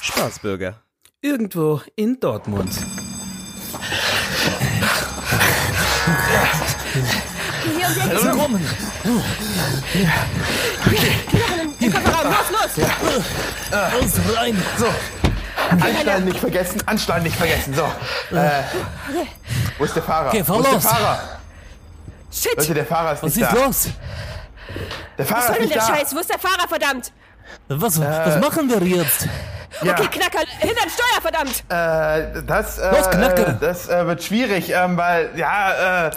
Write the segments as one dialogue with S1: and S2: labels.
S1: Staatsbürger?
S2: Irgendwo in Dortmund.
S3: Hier um die Ecke.
S1: Also rum.
S3: Hier, komm mal raus, los, los.
S1: Aus rein.
S4: So. Anschnallen nicht vergessen, anschnallen nicht vergessen. So. Äh, wo ist der Fahrer?
S5: Okay, fahr
S4: wo ist
S5: los.
S4: der Fahrer? Leute,
S3: Shit.
S4: der Fahrer ist
S5: Was
S4: nicht
S5: ist
S4: da.
S5: los?
S4: Der Fahrer
S3: Was soll
S4: ist
S3: denn
S4: nicht
S3: der
S4: da.
S3: Scheiß? Wo ist der Fahrer, verdammt?
S5: Was,
S4: Äh.
S5: was machen wir jetzt?
S4: Ja.
S3: Okay, Knacker, hinterm Steuer, verdammt.
S4: Äh, das, äh,
S5: Los, Knacke.
S4: äh, das äh, wird schwierig, ähm, weil, ja, äh,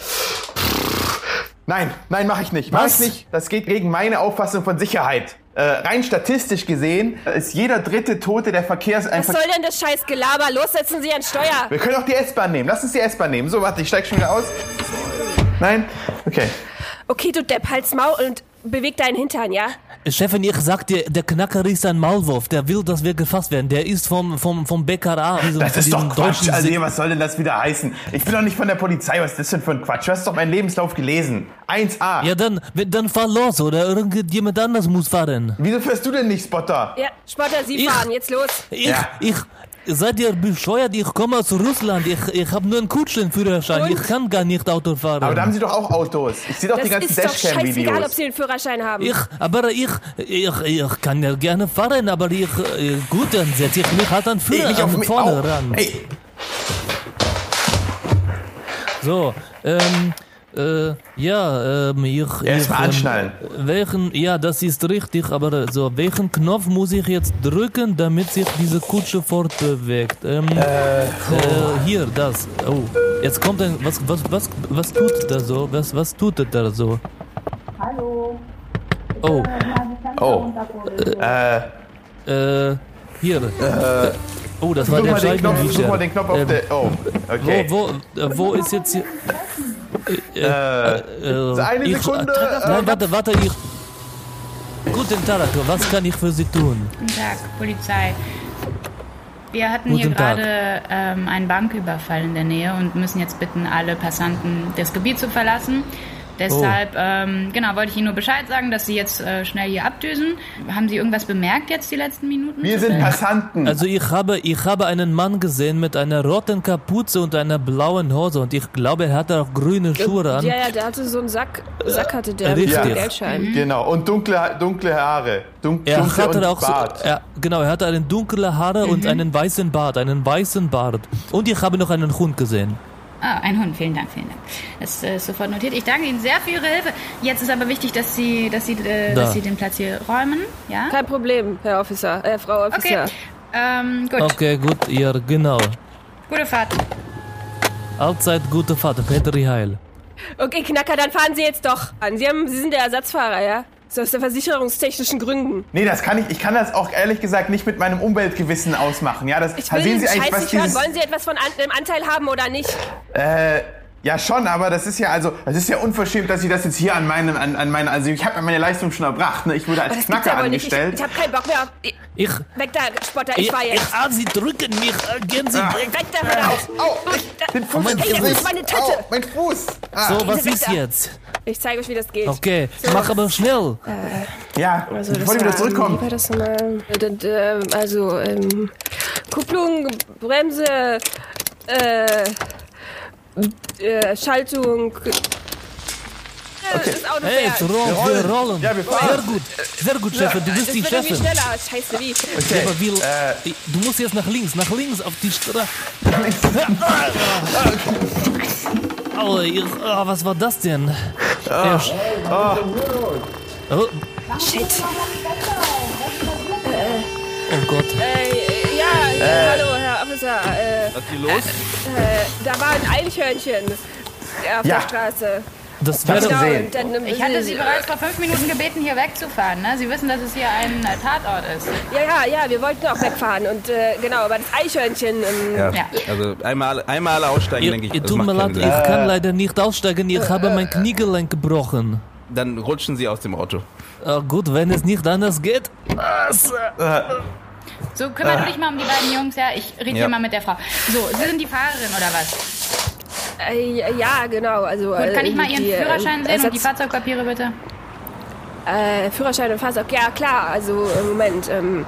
S4: nein, nein, mache ich nicht, mache ich
S5: Was?
S4: nicht. Das geht gegen meine Auffassung von Sicherheit. Äh, rein statistisch gesehen äh, ist jeder dritte Tote der Verkehrs... Ein
S3: Was soll denn das scheiß Gelaber? Los, setzen Sie an Steuer.
S4: Wir können auch die S-Bahn nehmen, lass uns die S-Bahn nehmen. So, warte, ich steig schon wieder aus. Nein? Okay.
S3: Okay, du Depp, halt's Maul und beweg deinen Hintern, ja?
S5: Chefin, ich sag dir, der Knacker ist ein Maulwurf. Der will, dass wir gefasst werden. Der ist vom, vom, vom BKA. Diesem,
S4: Das ist doch
S5: diesem
S4: Quatsch.
S5: deutschen
S4: Also,
S5: Se-
S4: was soll denn das wieder heißen? Ich bin doch nicht von der Polizei. Was ist das denn für ein Quatsch? Du hast doch meinen Lebenslauf gelesen. 1a.
S5: ja, dann, wenn- dann fahr los oder irgendjemand anders muss fahren.
S4: Wieso fährst du denn nicht, Spotter?
S3: Ja, Spotter, Sie
S5: Ich-
S3: fahren, jetzt los.
S5: Ich,
S4: Ja.
S5: ich, seid ihr bescheuert? Ich komme aus Russland. Ich, ich habe nur einen Kutschenführerschein.
S3: Und?
S5: Ich kann gar nicht Auto fahren.
S4: Aber da haben sie doch auch Autos. Ich sehe doch die
S3: Das
S4: ganzen
S3: ist doch scheißegal, ob
S4: Dashcam-Videos.
S3: Sie den Führerschein haben.
S5: ich, aber ich, ich, ich kann ja gerne fahren, aber ich, äh, gut, dann setz ich mich halt an Führer,
S4: nicht
S5: an
S4: mich-
S5: vorne
S4: Au.
S5: ran.
S4: Ey,
S5: So, ähm, äh, ja, ähm, ich. ich,
S4: Erstmal
S5: ähm,
S4: anschnallen.
S5: Welchen, ja, das ist richtig, aber äh, so, welchen Knopf muss ich jetzt drücken, damit sich diese Kutsche fortbewegt? Ähm, äh, hier, das. Oh, jetzt kommt ein, was, was, was, was tut da so? Was, was tut da so?
S6: Hallo.
S5: Oh,
S4: Oh.
S5: äh, hier. oh, das war
S4: Äh, Such
S5: der
S4: mal den Knopf, such mal
S5: Scheibenwischer.
S4: den Knopf auf
S5: Ähm,
S4: der. Oh, okay.
S5: Wo, wo, äh, wo ist jetzt hier? Äh,
S4: eine
S5: ich-
S4: Sekunde,
S5: äh, nein, warte, warte, ich. Guten Tag, was kann ich für Sie tun?
S6: Guten Tag, Polizei. Wir hatten hier
S5: Guten Tag.
S6: gerade ähm, einen Banküberfall in der Nähe und müssen jetzt bitten, alle Passanten das Gebiet zu verlassen. Deshalb,
S5: Oh.
S6: ähm, genau, wollte ich Ihnen nur Bescheid sagen, dass Sie jetzt äh, schnell hier abdüsen. Haben Sie irgendwas bemerkt jetzt die letzten Minuten?
S4: Wir
S3: Äh,
S4: sind Passanten.
S5: Also ich habe, ich habe einen Mann gesehen mit einer roten Kapuze und einer blauen Hose und ich glaube, er hatte auch grüne Schuhe an.
S3: Äh, Ja, ja, der hatte so einen Sack, Sack hatte der mit
S5: Äh, richtig.
S3: dem Geldschein.
S4: genau. Und dunkle, dunkle Haare. Dun,
S5: Er
S4: dunkle und
S5: hatte auch
S4: Bart.
S3: äh,
S5: so, er, genau, er hatte einen dunklen Haare
S3: Mhm.
S5: und einen weißen Bart, einen weißen Bart. Und ich habe noch einen Hund gesehen.
S6: Ah, ein Hund, vielen Dank, vielen Dank. Das äh, ist sofort notiert. Ich danke Ihnen sehr für Ihre Hilfe. Jetzt ist aber wichtig, dass Sie, dass Sie, äh,
S5: Da.
S6: dass Sie den Platz hier räumen. Ja?
S3: Kein Problem, Herr Officer, äh, Frau
S6: Okay.
S3: Officer.
S6: Ähm, gut,
S5: Okay, gut, ja, genau.
S6: gute Fahrt.
S5: Allzeit gute Fahrt, Petri Heil.
S3: Okay, Knacker, dann fahren Sie jetzt doch an. Sie, haben, Sie sind der Ersatzfahrer, ja? So aus der versicherungstechnischen Gründen.
S4: Nee, das kann ich. Ich kann das auch ehrlich gesagt nicht mit meinem Umweltgewissen ausmachen. Ja, das
S3: Ich will
S4: sehen
S3: den
S4: Sie eigentlich,
S3: Scheiß
S4: was
S3: nicht hören.
S4: dieses.
S3: Wollen Sie etwas von an, dem Anteil haben oder nicht?
S4: Ja, schon, aber das ist ja also, das ist ja unverschämt, dass ich das jetzt hier an meinen, an, an meinen, also ich habe meine Leistung schon erbracht. Ne? Ich wurde
S3: Das
S4: als
S3: gibt's
S4: Knacker
S3: ja wohl nicht. Ich,
S4: angestellt.
S3: ich hab keinen Bock mehr auf... Ich,
S5: Ich,
S3: weg da, Spotter, ich
S5: ich,
S3: fahr jetzt.
S5: ah, Sie drücken mich, äh, gehen Sie
S4: Ah.
S5: weg.
S3: Weg da, verdammt.
S4: Au, ich, den Fuß
S5: Moment,
S4: ins
S5: ey, das
S4: Gesicht.
S3: ist meine Tette.
S4: Au, mein Fuß. Ah.
S5: So, was
S3: Diese
S5: ist
S3: Wichser.
S5: jetzt?
S3: Ich zeige euch, wie das geht.
S5: Okay, mach aber schnell.
S4: Ja,
S3: Also,
S4: ich wollte wieder
S3: war, ähm,
S4: zurückkommen.
S3: Wie war das nochmal? Äh, d- d- Also, ähm, Kupplung, Bremse, äh, äh, Schaltung. Äh, Das Auto
S5: Hey,
S3: fährt.
S5: wir rollen, wir rollen.
S4: Ja, wir
S5: Sehr
S4: fahren.
S5: gut, sehr gut, Chefin, du bist
S3: Das
S5: die
S3: wird irgendwie
S5: Chefin.
S3: schneller. Scheiße, wie?
S5: Ja, aber wir, du musst jetzt nach links, nach links auf die Straße. Aua, ich, ah, was war das denn? Ja, sch- Oh.
S3: Shit.
S5: oh Gott.
S3: Äh, äh, ja, ja, hallo, Herr Officer. Äh,
S1: Was ist hier los?
S3: äh, da war ein Eichhörnchen äh, auf
S4: Ja.
S3: der Straße.
S5: Das wäre.
S4: gesehen?
S3: und dann, ähm,
S6: Ich hatte Sie
S3: äh,
S6: bereits vor fünf Minuten gebeten, hier wegzufahren. Ne? Sie wissen, dass es hier ein äh, Tatort ist.
S3: Ja, ja, ja, wir wollten auch wegfahren. Und äh, genau, aber das Eichhörnchen. Ähm,
S1: Ja.
S6: Ja.
S1: Also einmal, einmal alle aussteigen,
S5: Ihr,
S1: denke ich.
S5: ihr
S1: Das
S5: tut
S1: macht
S5: mir
S1: keinen
S5: leid, ich
S1: Sinn.
S3: Äh.
S5: kann leider nicht aussteigen, ich habe mein Kniegelenk gebrochen.
S1: Dann rutschen sie aus dem Auto.
S5: Ah, gut, wenn es nicht anders geht.
S6: So, kümmere
S3: Äh.
S6: du dich mal um die beiden Jungs, ja? Ich rede
S1: Ja.
S6: hier mal mit der Frau. So, Sie sind die Fahrerin oder was?
S3: Äh, ja, ja, genau. Also,
S6: Gut, kann
S3: äh,
S6: ich mal Ihren
S3: die, äh,
S6: Führerschein sehen und die
S3: Ersatz-
S6: Fahrzeugpapiere bitte?
S3: äh, Führerschein und Fahrzeug. Ja, klar. Also, äh, Moment. Ähm,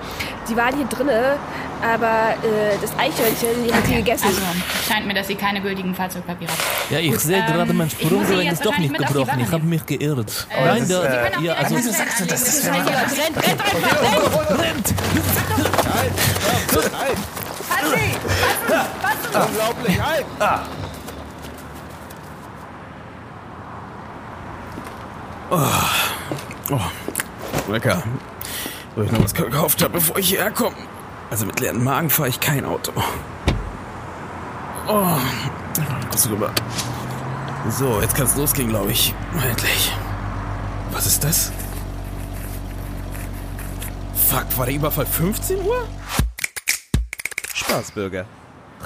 S3: Die waren hier drinne, aber äh, das Eichhörnchen, die hat sie gegessen.
S6: Also scheint mir, dass sie keine gültigen Fahrzeugpapiere hat.
S5: Ja, ich sehe gerade, mein
S6: ich muss sie
S5: Sprunggelenk
S6: jetzt
S5: ist doch
S6: wahrscheinlich
S5: nicht
S6: mit auf die
S5: gebrochen.
S6: Wache
S5: Ich habe
S6: nehmen.
S5: mich geirrt. Nein,
S4: das ist,
S5: da,
S4: äh,
S6: Können auch
S5: ja,
S6: die
S5: also,
S6: Leute anlegen.
S3: Rennt, rennt, rennt einfach, rennt!
S1: Halt,
S6: Patsy!
S1: Unglaublich, halt! Oh. Oh. Lecker. Wo ich noch was gekauft habe, bevor ich hierher komme. Also mit leeren Magen fahre ich kein Auto. Oh. Kommst du rüber. So, jetzt kann's losgehen, glaube ich. Endlich. Was ist das? Fuck, war der Überfall 15 Uhr? Spaßbürger.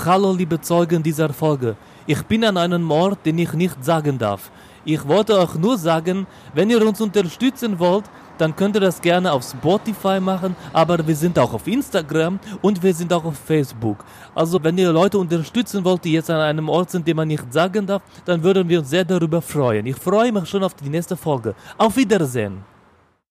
S5: Hallo, liebe Zeugen dieser Folge. Ich bin an einem Mord, den ich nicht sagen darf. Ich wollte euch nur sagen, wenn ihr uns unterstützen wollt, dann könnt ihr das gerne auf Spotify machen, aber wir sind auch auf Instagram und wir sind auch auf Facebook. Also wenn ihr Leute unterstützen wollt, die jetzt an einem Ort sind, den man nicht sagen darf, dann würden wir uns sehr darüber freuen. Ich freue mich schon auf die nächste Folge. Auf Wiedersehen!